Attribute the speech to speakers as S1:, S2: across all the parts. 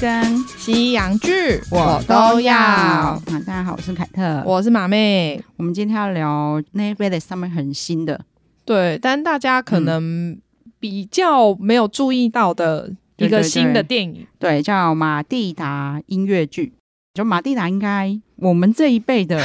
S1: 跟
S2: 西洋剧
S1: 我都要
S2: 啊，大家好，我是凯特。我
S1: 我是马妹。
S2: 我们今天要聊 Netflix 上面很新的，
S1: 对，但大家可能比较没有注意到的一
S2: 嗯对对
S1: 个
S2: 对
S1: 新的电影，
S2: 对，叫《马蒂达音乐剧》。就马蒂达应该我们这一辈的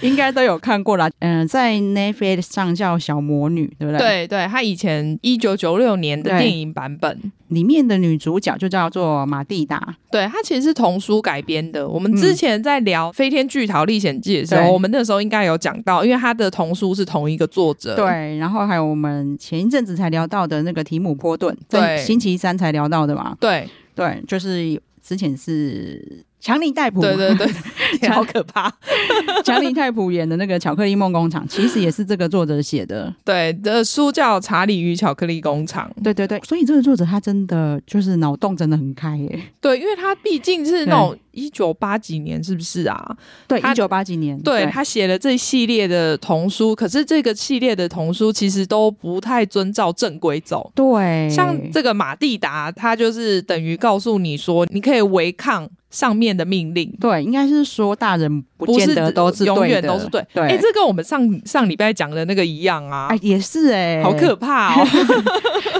S2: 应该都有看过啦。嗯、在 Netflix 上叫《小魔女》，对不对？，
S1: 对对，它以前一九九六年的
S2: 对
S1: 电影版本。
S2: 里面的女主角就叫做马蒂达。
S1: 对，它其实是童书改编的。我们
S2: 嗯
S1: 之前在聊《飞天巨桃历险记》的时候，
S2: 对
S1: 我们那时候应该有讲到，因为它的童书是同一个作者。
S2: 对，然后还有我们前一阵子才聊到的那个提姆波顿，在
S1: 对
S2: 星期三才聊到的嘛。
S1: 对
S2: 对，就是之前是强尼戴普，
S1: 对对 对
S2: 啊
S1: 对，好可怕。
S2: 强尼泰普演的那个《巧克力梦工厂》，其实也是这个作者写的。
S1: 对，的书叫《查理与巧克力工厂》。
S2: 对对对，所以这个作者他真的就是脑洞真的很开耶。
S1: 对，因为它毕竟是那种一九八几年，是不是啊？
S2: 对，
S1: 他
S2: 一九八几年，
S1: 对他写了这一系列的童书，可是这个系列的童书其实都不太遵照正规走。
S2: 对，
S1: 像这个马蒂达，他就是等于告诉你说，你可以违抗上面的命令，
S2: 对，应该是说大人不
S1: 不
S2: 见
S1: 是
S2: 得都是
S1: 永
S2: 对
S1: 远
S2: 的
S1: 都是对。
S2: 对，
S1: 哎、这跟我们上上礼拜讲的那个一样啊，
S2: 哎也是哎，
S1: 好可怕哦！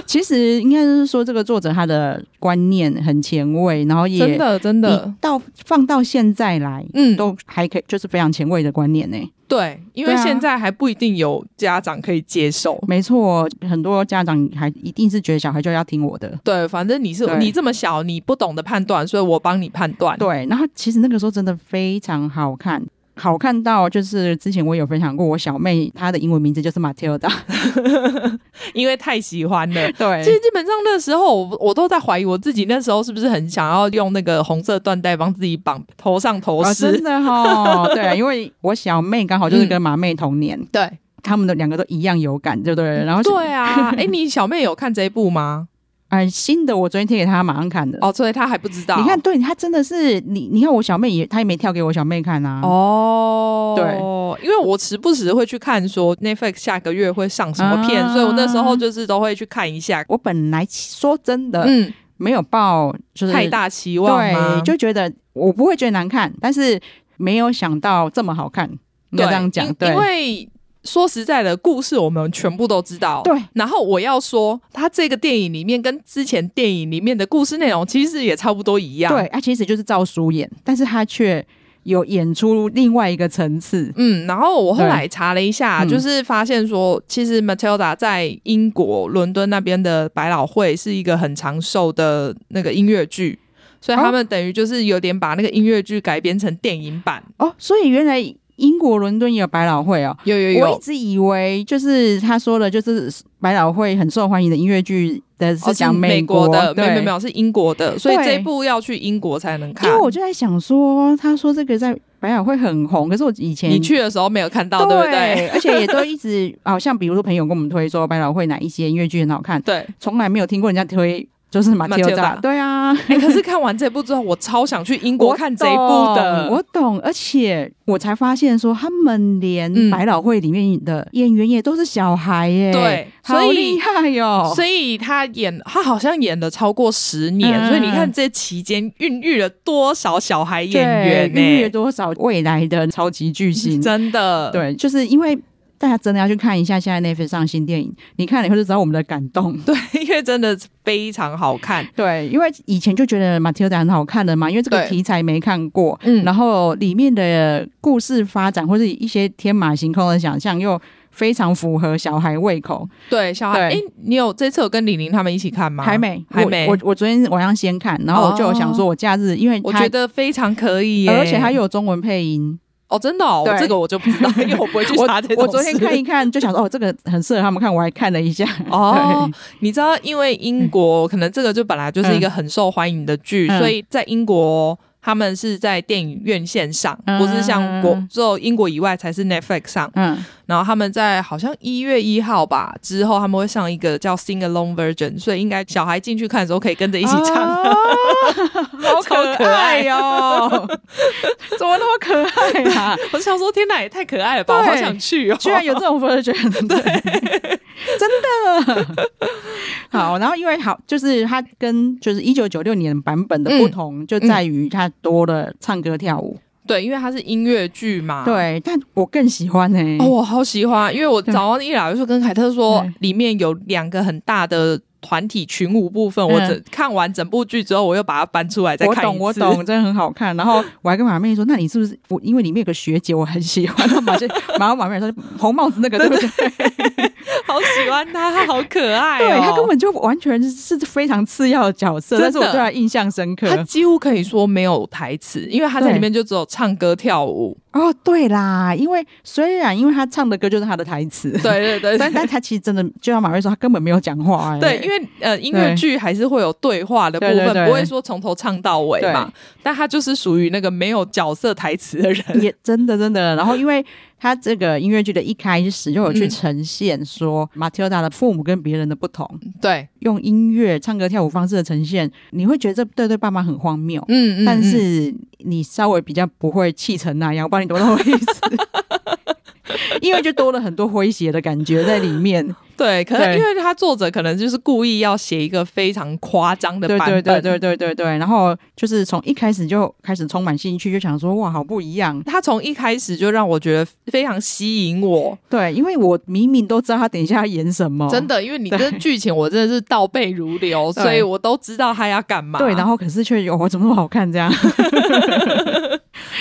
S2: 其实应该是说这个作者他的观念很前卫，然后 也
S1: 真的真的
S2: 你，到放到现在来。
S1: 嗯，
S2: 都还可以，就是非常前卫的观念呢。
S1: 对，因为
S2: 对啊
S1: 现在还不一定有家长可以接受。
S2: 没错，很多家长还一定是觉得小孩就要听我的，
S1: 对，反正你是
S2: 对
S1: 你这么小，你不懂得判断，所以我帮你判断。
S2: 对，然后其实那个时候真的非常好看，好看到就是之前我有分享过，我小妹她的英文名字就是马 a 尔达，
S1: 因为太喜欢了。其实
S2: 对。
S1: 基本上那时候我我都在怀疑我自己，那时候是不是很想要用那个红色缎带帮自己绑头上头
S2: 哦，
S1: 饰？
S2: 真的 哦，对，因为我小妹刚好就是
S1: 嗯
S2: 跟马妹同年，
S1: 对
S2: 他们的两个都一样有感，对不对？然后是，
S1: 对 啊，哎、你小妹有看这一部吗？
S2: 呃，新的我昨天贴给她，马上看的。
S1: 哦，所以她还不知道。
S2: 呃你看，对她真的是你，你看我小妹也，她也没跳给我小妹看啊。
S1: 哦，
S2: 对，
S1: 因为我时不时会去看说 Netflix 下个月会上什么片，
S2: 啊
S1: 所以我那时候就是都会去看一下。
S2: 我本来说真的、
S1: 嗯，
S2: 没有抱，就是
S1: 太大期望吗
S2: 对，就觉得我不会觉得难看，但是没有想到这么好看。应该
S1: 对，
S2: 这样讲，
S1: 因
S2: 对
S1: 因为说实在的，故事我们全部都知道。
S2: 对，
S1: 然后我要说，它这个电影里面跟之前电影里面的故事内容其实也差不多一样。
S2: 对，，啊他、其实就是照书演，但是他却有演出另外一个层次。
S1: 嗯，然后我后来查了一下，
S2: 对嗯
S1: 就是发现说，其实 Matilda 在英国伦敦那边的百老汇是一个很长寿的那个音乐剧。所以他们等于就是有点把那个音乐剧改编成电影版，
S2: 哦，所以原来英国伦敦也有百老汇哦。
S1: 有有
S2: 我一，直以为就是他说的，就是百老汇很受欢迎的音乐剧的
S1: 哦
S2: 是
S1: 是
S2: 讲
S1: 美
S2: 国
S1: 的，没有
S2: 对
S1: 没有没有是英国的，所以
S2: 对
S1: 这一部要去英国才能看。
S2: 因为我就在想说，他说这个在百老汇很红，可是我以前
S1: 你去的时候没有看到，对不对？
S2: 对，而且也都一直好像比如说朋友跟我们推说百老汇哪一些音乐剧很好看，
S1: 对，
S2: 从来没有听过人家推就是马蒂
S1: Matilda
S2: 尔对啊，
S1: 哎可是看完这部之后，我超想去英国看这一部
S2: 我
S1: 的。
S2: 懂我懂，而且我才发现说，他们
S1: 嗯
S2: 连百老汇里面的演员也都是小孩耶，
S1: 对所以
S2: 好厉害哦哟、
S1: 所以他演，他好像演了超过十年，
S2: 嗯
S1: 所以你看这期间孕育了多少小孩演员呢、
S2: 对孕育了多少未来的超级巨星？
S1: 真的，
S2: 对，就是因为。大家真的要去看一下现在 n e t f l 上新电影，你看了以后就知道我们的感动。
S1: 对， 因为真的非常好看。
S2: 对，因为以前就觉得《马 d 达》很好看的嘛，因为这个
S1: 对
S2: 题材没看过，
S1: 嗯
S2: 然后里面的故事发展或是一些天马行空的想象，又非常符合小孩胃口。
S1: 对，小孩，哎、
S2: 对
S1: 你有这次有跟李玲他们一起看吗？
S2: 还没，
S1: 还没。
S2: 我
S1: 我
S2: 我我昨天晚上先看，然后我就有想说，我假日、因为它
S1: 觉得非常可以耶，
S2: 而且它又有中文配音，
S1: 哦，真的哦，
S2: 对
S1: 这个 我就不知道，因为我不会去
S2: 我
S1: 查这种
S2: 我昨天
S1: 事
S2: 看一看就想说，哦，这个很适合他们看，我还看了一下。
S1: 哦，你知道，因为英国可能这个就本来就是一个很受欢迎的剧，
S2: 嗯
S1: 所以在英国他们是在电影院线上，
S2: 嗯
S1: 不是像国只有英国以外才是 Netflix 上。
S2: 嗯，
S1: 然后他们在好像一月一号吧之后，他们会上一个叫 Sing Along Version，所以应该小孩进去看的时候可以 跟着一起唱。
S2: 啊好可爱哟、怎么那么可爱啊？
S1: 哦我想说，天哪，也太可爱了吧！我
S2: 对
S1: 好想去哦。
S2: 居然有这种 version，对，真的 好，然后因为好，就是它跟就是一九九六年版本的不同，
S1: 嗯
S2: 就在于它多了唱歌跳舞。
S1: 对，因为它是音乐剧嘛。。
S2: 对，但我更喜欢欸呢、
S1: 嗯哦，我好喜欢，因为我
S2: 嗯对
S1: 早上一来我就跟凯特说
S2: 对，
S1: 里面有两个很大的团体群舞部分，我
S2: 嗯
S1: 整看完整部剧之后，我又把它搬出来再
S2: 我
S1: 看一
S2: 懂，
S1: 次。
S2: 我懂，真的很好看。然后我还跟马妹说：“那你是不是我？因为里面有个学姐，我很喜欢。”然后马就马上马 妹说：“红帽子那个，对不对？”
S1: 好喜欢他，他好可爱、哦。
S2: 对他根本就完全是非常次要的角色，
S1: 真
S2: 但是我
S1: 的
S2: 对他印象深刻
S1: 他。几乎可以说没有台词，因为他在
S2: 对
S1: 里面就只有唱歌 跳舞。
S2: 哦，对啦，因为虽然因为他唱的歌就是他的台词，
S1: 对对 对
S2: 但
S1: 对。
S2: 但他其实真的，就像马瑞说，他根本没有讲话、哎
S1: 对，因为呃，音乐剧还是会有对话的部
S2: 对对
S1: 分，
S2: 对
S1: 不会说从头唱到尾嘛。但他就是属于那个没有角色台词的人，
S2: 也真的真的。然后，因为他这个音乐剧的一开始就有去呈现说马蒂欧达的父母跟别人的不同，
S1: 对，
S2: 用音乐、唱歌、跳舞方式的呈现，你会觉得这对对爸妈很荒谬。
S1: 嗯
S2: 但是你稍微比较不会气啊成那样，我帮你懂懂我意 思，因为就多了很多诙谐的感觉在里面。
S1: 对，可能
S2: 对
S1: 因为他作者可能就是故意要写一个非常夸张的
S2: 对
S1: 版
S2: 对
S1: 本，
S2: 对对对对对，然后就是从一开始就开始充满兴趣，就想说哇，好不一样。
S1: 他从一开始就让我觉得非常吸引我，
S2: 对，因为我明明都知道他等一下要演什么，
S1: 真的，因为你
S2: 对
S1: 这剧情我真的是倒背如流，
S2: 哦对
S1: 所以我都知道他要干嘛。
S2: 对，然后可是却有我怎么那么好看这样？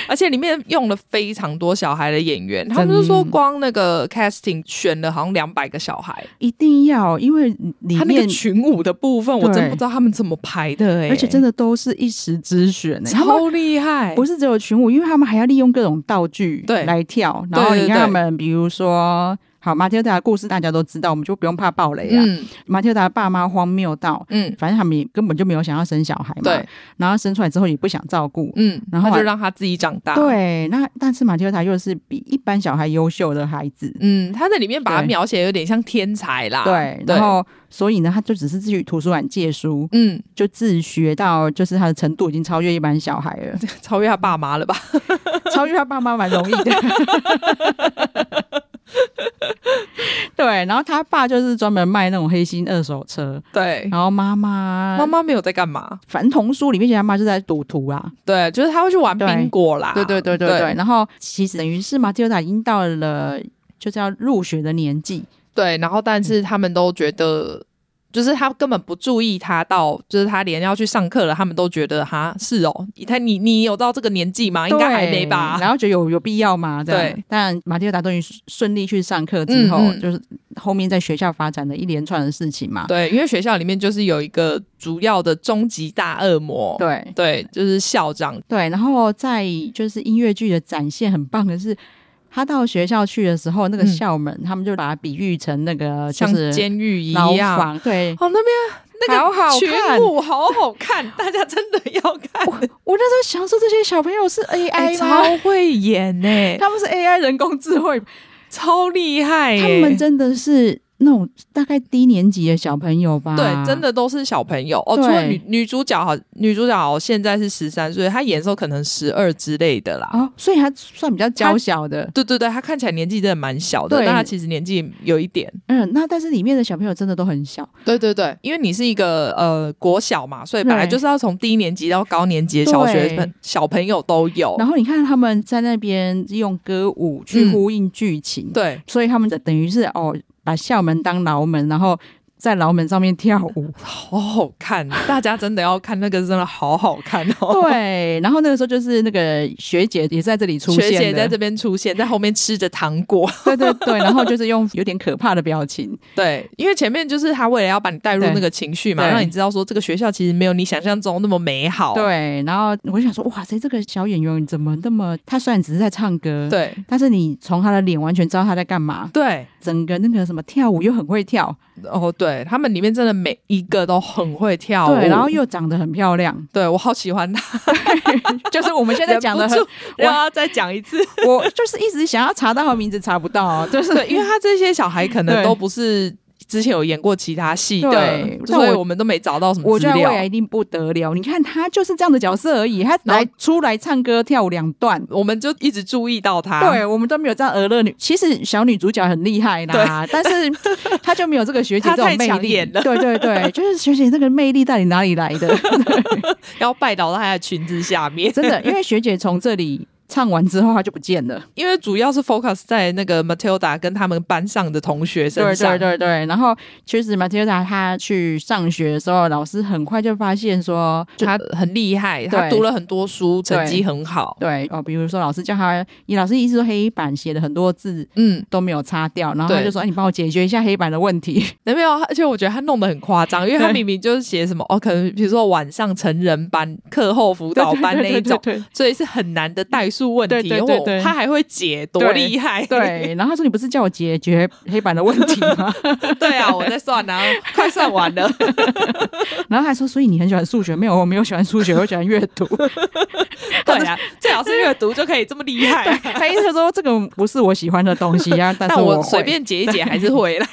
S1: 而且里面用了非常多小孩的演员，他们就说光那个 casting 选了好像两百个小孩，
S2: 一定要，因为里
S1: 他那个
S2: 面
S1: 群舞的部分，我
S2: 对
S1: 真不知道他们怎么排的哎、
S2: 而且真
S1: 的
S2: 的都是一时之选、欸，他们
S1: 超厉害，
S2: 不是只有群舞，因为他们还要利用各种道具
S1: 对
S2: 来跳。
S1: 对
S2: 然后你
S1: 对
S2: 看
S1: 对
S2: 他们，比如说。好，马蒂尔达的故事大家都知道，我们就不用怕暴雷啊。
S1: 嗯
S2: 马蒂尔达的爸妈荒谬到，
S1: 嗯，
S2: 反正他们也根本就没有想要生小孩嘛，
S1: 对，
S2: 然后生出来之后也不想照顾，
S1: 嗯，
S2: 然后
S1: 他
S2: 啊
S1: 就让他自己长大，，
S2: 对，那但是马蒂尔达又是比一般小孩优秀的孩子，
S1: 嗯，他在里面把他
S2: 对
S1: 描写有点像天才啦，
S2: 啊对，然后所以呢，他就只是去图书馆借书，
S1: 嗯，
S2: 就自学到就是他的程度已经超越一般小孩 了，
S1: 超越他爸妈了吧？
S2: 超越他爸妈蛮容易 的。对，然后他爸就是专门卖那种黑心二手车，
S1: 对，
S2: 然后妈妈
S1: 妈，妈没有在干嘛？
S2: 反正童书里面写他妈就在赌徒啊，
S1: 对，就是他会去玩
S2: 对
S1: 冰果啦，
S2: 对对对对对。然后其实等于是马蒂欧达已经到了就是要入学的年纪，
S1: 对，然后但是他们都觉得，就是他根本不注意他到，就是他连要去上课了，他们都觉得哈是哦，他你你有到这个年纪
S2: 啊
S1: 吗？应该还没吧
S2: 对。然后觉得有有必要吗？这样
S1: 对。
S2: 但马蒂尔达终于顺利去上课之后，
S1: 嗯嗯
S2: 就是后面在学校发展的一连串的事情嘛。
S1: 对，因为学校里面就是有一个主要的终极大恶魔，
S2: 对
S1: 对，就是校长，
S2: 对，然后在就是音乐剧的展现很棒的是。他到学校去的时候，那个
S1: 嗯
S2: 校门，他们就把它比喻成那个就
S1: 像
S2: 是
S1: 监狱一
S2: 牢
S1: 样。
S2: 房，对，
S1: 哦，那边那个
S2: 好好
S1: 群
S2: 看。
S1: 舞好好看， 大家真的要 看，
S2: 我那时候想说，这些小朋友是
S1: 哎
S2: AI 吗？
S1: 超会演呢、
S2: 他们是 AI 人工智慧，
S1: 超厉害、欸，
S2: 他们真的是那种大概低年级的小朋友吧？
S1: 对，真的都是小朋友哦。除
S2: 对
S1: 了女女主角好，女主角现在是十三岁，她演的时候可能十二之类的啦。
S2: 哦，所以他算比较娇小的。
S1: 对对对，她看起来年纪真的蛮小的，
S2: 对
S1: 但她其实年纪有一点。
S2: 嗯，那但是里面的小朋友真的都很小，
S1: 对对对，因为你是一个呃国小嘛，所以
S2: 对
S1: 本来就是要从低年级到高年级的小学
S2: 对
S1: 生小朋友都有。
S2: 然后你看他们在那边用歌舞去
S1: 嗯
S2: 呼应剧情，
S1: 对，
S2: 所以他们等于是哦，把校门当牢门，然后在牢门上面跳舞。
S1: 好好看，哦大家真的要看那个，真的好好看哦。
S2: 对，然后那个时候就是那个学姐也在这里出现
S1: 学姐
S2: 了
S1: 在这边出现，在后面吃着糖果。
S2: 对对对，然后就是用有点可怕的表情，
S1: 对，因为前面就是他为了要把你带入
S2: 对
S1: 那个情绪嘛，
S2: 对
S1: 让你知道说这个学校其实没有你想象中那么美好。
S2: 对，然后我就想说，哇塞，这个小演员怎么那么……他虽然只是在唱歌，，
S1: 对
S2: 但是你从他的脸完全知道他在干嘛，
S1: 对
S2: 整个那个什么跳舞又很会跳，
S1: 哦，对他们里面真的每一个都很会跳舞，，
S2: 对，然后又长得很漂亮
S1: 对我好喜欢他。
S2: 就是我们现在讲的很
S1: 忍，我要再讲一 次，
S2: 我就是一直想要查到他名字查不到、哦，就是
S1: 对，因为他这些小孩可能
S2: 对
S1: 都不是。之前有演过其他戏的
S2: 对，
S1: 所以
S2: 但我
S1: 我们都没找到什么
S2: 我
S1: 资
S2: 觉得未
S1: 料。
S2: 来一定不得了。你看他就是这样的角色而已，他
S1: 然后
S2: 来出来唱歌跳舞两段，
S1: 我们就一直注意到他，
S2: 对我们都没有这样儿乐女。其实小女主角很厉害 啦，但是她就没有这个学姐
S1: 她
S2: 这种
S1: 太
S2: 魅
S1: 抢
S2: 力
S1: 眼了。
S2: 对对对，就是学姐那个魅力到底哪里来的？
S1: 要拜倒到他的裙子下面，
S2: 真的，因为学姐从这里唱完之后，她就不见了。
S1: 因为主要是 focus 在那个 Matilda 跟他们班上的同学身
S2: 对
S1: 上。
S2: 对对对，然后其实 Matilda 她去上学的时候，老师很快就发现说，
S1: 他很厉害，他
S2: 对
S1: 读了很多书，
S2: 对
S1: 成绩很好。
S2: 对哦，比如说老师叫她，老师一直说黑板写的很多字
S1: 嗯，
S2: 都没有擦掉，然后她
S1: 对
S2: 就说，哎，你帮我解决一下黑板的问 题。
S1: 没有，啊而且我觉得他弄得很 夸张，因为他
S2: 对
S1: 明明就是写什么哦，可能比如说晚上成人班、课后辅导班那一种，
S2: 对对对对对
S1: 所以是很难的代数问题。
S2: 对对对对
S1: 然后他还会解，多
S2: 对
S1: 厉害！
S2: 对，然后他说：“你不是叫我解决黑板的问题吗
S1: 对啊，我在算啊，快算完了。？”
S2: 然后还说：“所以你很喜欢数学？”没有，我没有喜欢数学，我喜欢阅读。
S1: 对啊， 最好是阅读就可以这么厉害啊、
S2: 他意思就是说这个不是我喜欢的东西啊，但是
S1: 但
S2: 我
S1: 我
S2: 会
S1: 随便解一解还是会啦。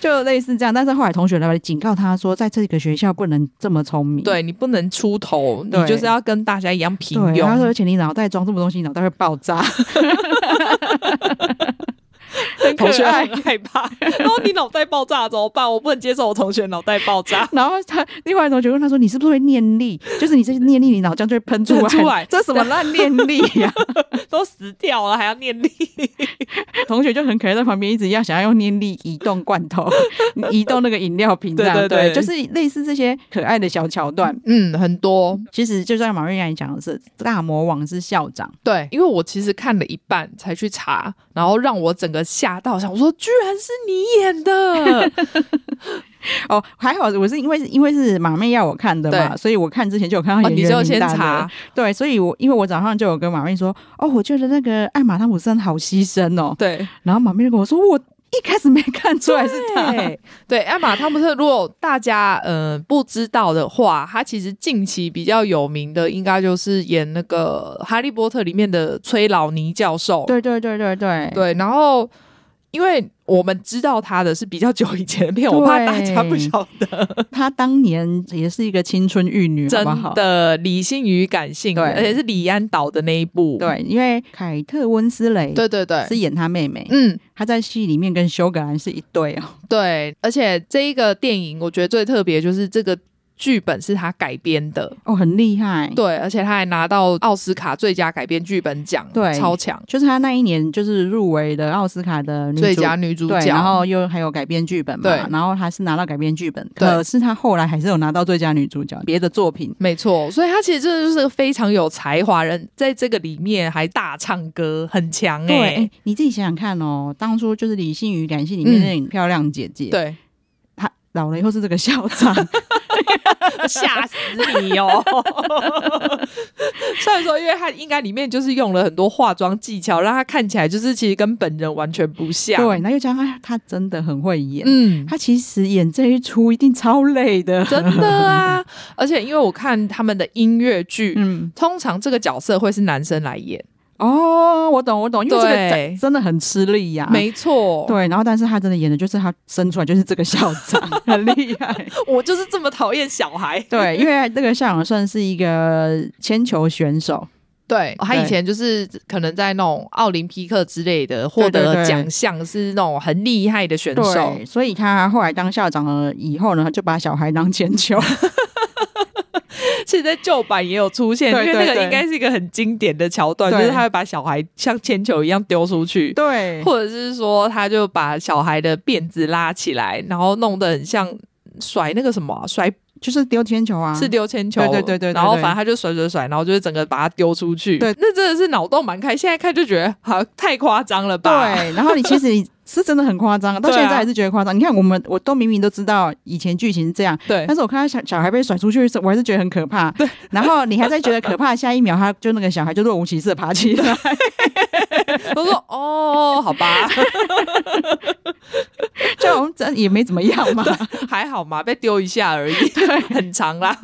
S2: 就类似这样。但是后来同学来警告他说，在这个学校不能这么聪明。
S1: 对你不能出头，你
S2: 对
S1: 就是要跟大家一样平
S2: 对，他说，
S1: 庸，
S2: 而且你脑袋装这么东西，你脑袋会爆炸。
S1: 很
S2: 可
S1: 同学
S2: 爱
S1: 很害怕。 然后你脑袋爆炸怎么办？我不能接受我同学脑袋爆炸。
S2: 然后他另外同学问他说：“你是不是会念力？就是你这些念力，你脑浆就会喷出来。
S1: 喷出来
S2: 这什么烂念力啊呀、
S1: 都死掉了，还要念力？
S2: 同学就很可爱，在旁边一直要想要用念力移动罐头， 移动那个饮料瓶这样，
S1: 对对对
S2: 就是类似这些可爱的小桥段。
S1: 嗯，很多
S2: 其实就像马瑞安讲的是，大魔王是校长，
S1: 对，因为我其实看了一半才去查，然后让我整个吓到，想说居然是你演的，
S2: 哦，还好我是因为是因为是马妹要我看的嘛，
S1: 对
S2: 所以我看之前就有看到
S1: 哦
S2: 演
S1: 你
S2: 员
S1: 就
S2: 名
S1: 先
S2: 单了
S1: 查，
S2: 对，所以我因为我早上就有跟马妹说，哦，我觉得那个艾玛汤普森好牺牲哦，
S1: 对
S2: 然后马妹就跟我说，我一开始没看出来是他，
S1: 对，艾玛汤姆森，如果大家呃不知道的话，他其实近期比较有名的，应该就是演那个《哈利波特》里面的崔老尼教授，
S2: 对 对对对对，
S1: 对，然后。因为我们知道他的是比较久以前的片，我怕大家不
S2: 对
S1: 晓得。
S2: 她当年也是一个青春玉女，好
S1: 真
S2: 不好？
S1: 的理性与感性，
S2: 对
S1: 而且是李安导的那一部，
S2: 对，因为凯特温斯雷
S1: 对对对
S2: 是演她妹妹，
S1: 嗯，
S2: 她在戏里面跟修格兰是一对哦。
S1: 对，而且这一个电影，我觉得最特别就是这个剧本是他改编的，
S2: 哦，很厉害。
S1: 对，而且他还拿到奥斯卡最佳改编剧本奖，
S2: 对
S1: 超强，
S2: 就是她那一年就是入围的奥斯卡的女
S1: 最
S2: 主
S1: 佳女主
S2: 对，
S1: 角，
S2: 然后又还有改编剧本嘛，
S1: 对
S2: 然后她是拿到改编剧本，
S1: 对
S2: 可是她后来还是有拿到最佳女主角，别的作品。
S1: 没错，所以他其实真的就是个非常有才华人，在这个里面还大唱歌，很强
S2: 对，
S1: 哎、
S2: 哎你自己想想看哦，当初就是《理性与感性》里面
S1: 嗯
S2: 那个漂亮姐姐，
S1: 对，
S2: 她老了以后是这个校 长，
S1: 吓死你哦！ 虽然说，因为他应该里面就是用了很多化妆技巧，让他看起来就是其实跟本人完全不像。
S2: 对，，那又加上她她真的很会演，
S1: 嗯，
S2: 她其实演这一出一定超累的，
S1: 真的啊！ 而且因为我看他们的音乐剧，
S2: 嗯，
S1: 通常这个角色会是男生来演，
S2: 哦，我懂，我懂，因为这个
S1: 对
S2: 真真的很吃力呀、
S1: 没错。，
S2: 对，然后但是他真的演的就是他生出来就是这个校长，很厉 害。
S1: 我就是这么讨厌小孩。
S2: 对，因为那个校长算是一个铅球选手，
S1: 对，哦他以前就是可能在那种奥林匹克之类的获
S2: 对对
S1: 得
S2: 对
S1: 奖项，是那种很厉害的选手
S2: 对，。所以他后来当校长了以后呢，他就把小孩当铅 球。
S1: 其实，在旧版也有出现，
S2: 对
S1: 因为那
S2: 对
S1: 个
S2: 对
S1: 应该是一个很经典的桥段，就
S2: 对
S1: 是他会把小孩像铅球一样丢出去，
S2: 对
S1: 或者是说他就把小孩的辫子拉起来，然后弄得很像甩那个什么啊、甩
S2: 就是丢铅球啊，
S1: 是丢铅球，
S2: 对对对对对
S1: 然后
S2: 对
S1: 反正他就甩甩甩，然后就是整个把它丢出去。
S2: 对，
S1: 那真的是脑洞蛮开，现在看就觉得好太夸张了
S2: 对
S1: 吧？。
S2: 然后你其实你是真的很夸张，到
S1: 对啊
S2: 现在还是觉得夸张。你看我们，我都明明都知道以前剧情是这样，
S1: 对
S2: 但是我看到小小孩被甩出去的时候，我还是觉得很可 怕。对，然后你还在觉得可怕，下一秒他就那个小孩就若无其事地爬起来。
S1: 对，我说哦，好吧，
S2: 就好像真也没怎么样 嘛。
S1: 还好嘛，被丢一下而已， 很长啦。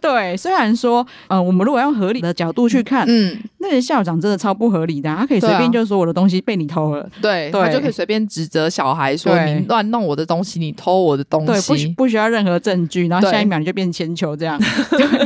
S2: 对，虽然说，呃，我们如果用合理的角度去看，
S1: 嗯，
S2: 那些校长真的超不合理的啊、他可以随
S1: 对啊
S2: 便就说我的东西被你偷了，
S1: 对，
S2: 对
S1: 他就可以随便指责小孩说
S2: 对
S1: 你乱弄我的东西，你偷我的东
S2: 对，不需
S1: 西，
S2: 不需要任何证据，然后
S1: 对
S2: 下一秒你就变铅球这样。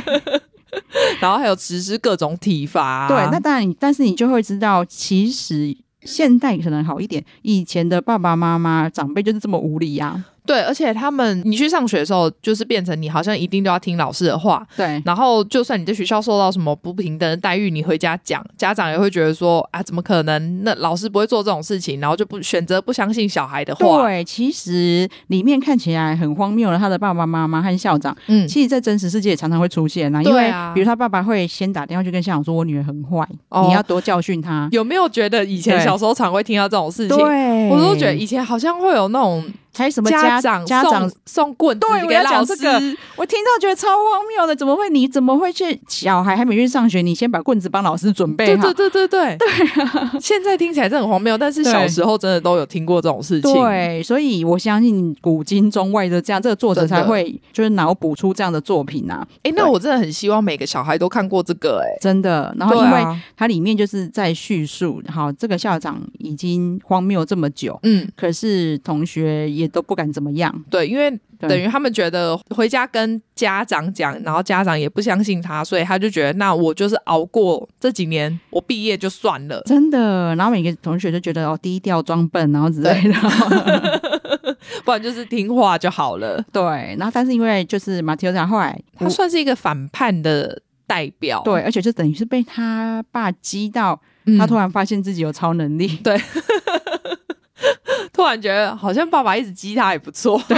S1: 然后还有实施各种体罚啊。
S2: 对，那当然你，但是你就会知道，其实现代可能好一点，以前的爸爸妈妈长辈就是这么无理啊呀、
S1: 对，而且他们你去上学的时候，就是变成你好像一定都要听老师的话，
S2: 对
S1: 然后就算你在学校受到什么不平等的待遇，你回家讲，家长也会觉得说啊，怎么可能？那老师不会做这种事情，然后就不选择不相信小孩的话。
S2: 对，其实里面看起来很荒谬的，他的爸爸妈妈和校长，
S1: 嗯，
S2: 其实，在真实世界也常常会出现啊。因
S1: 对
S2: 为
S1: 啊
S2: 比如他爸爸会先打电话去跟校长说：“我女儿很坏，
S1: 哦
S2: 你要多教训她。
S1: 有没有觉得以前
S2: 对
S1: 小时候常会听到这种”事情？
S2: 对，
S1: 我都觉得以前好像会有那种
S2: 还什么
S1: 家
S2: 长
S1: 家
S2: 家长。
S1: 送棍子
S2: 对，我
S1: 给
S2: 要
S1: 老
S2: 讲
S1: 师
S2: 这，个，我听到觉得超荒谬的，怎么会？你怎么会去？小孩还没去上学，你先把棍子帮老师准备
S1: 对
S2: 好，
S1: 对对对对 对、 现在听起来是很荒谬，但是
S2: 对
S1: 小时候真的都有听过这种事情。
S2: 对，所以我相信古今中外的这样，这个作者
S1: 真的
S2: 才会就是脑补出这样的作品啊，
S1: 哎、那我真的很希望每个小孩都看过这个、诶
S2: 真的。然
S1: 哎，
S2: 后
S1: 对
S2: 因为
S1: 啊、
S2: 它里面就是在叙述，好，这个校长已经荒谬这么久，
S1: 嗯，
S2: 可是同学也都不敢怎么样，
S1: 对，因为
S2: 对
S1: 等于他们觉得回家跟家长讲，然后家长也不相信他，所以他就觉得那我就是熬过这几年，我毕业就算了。
S2: 真的。然后每个同学就觉得哦，低调装笨，然后之类的。
S1: 不然就是听话就 好了。
S2: 对，然后但是因为就是马提欧塔后来
S1: 他算是一个反叛的代表，
S2: 对，而且就等于是被他爸激到，
S1: 嗯，
S2: 他突然发现自己有超能力。
S1: 突然觉得好像爸爸一直激他也不错，对，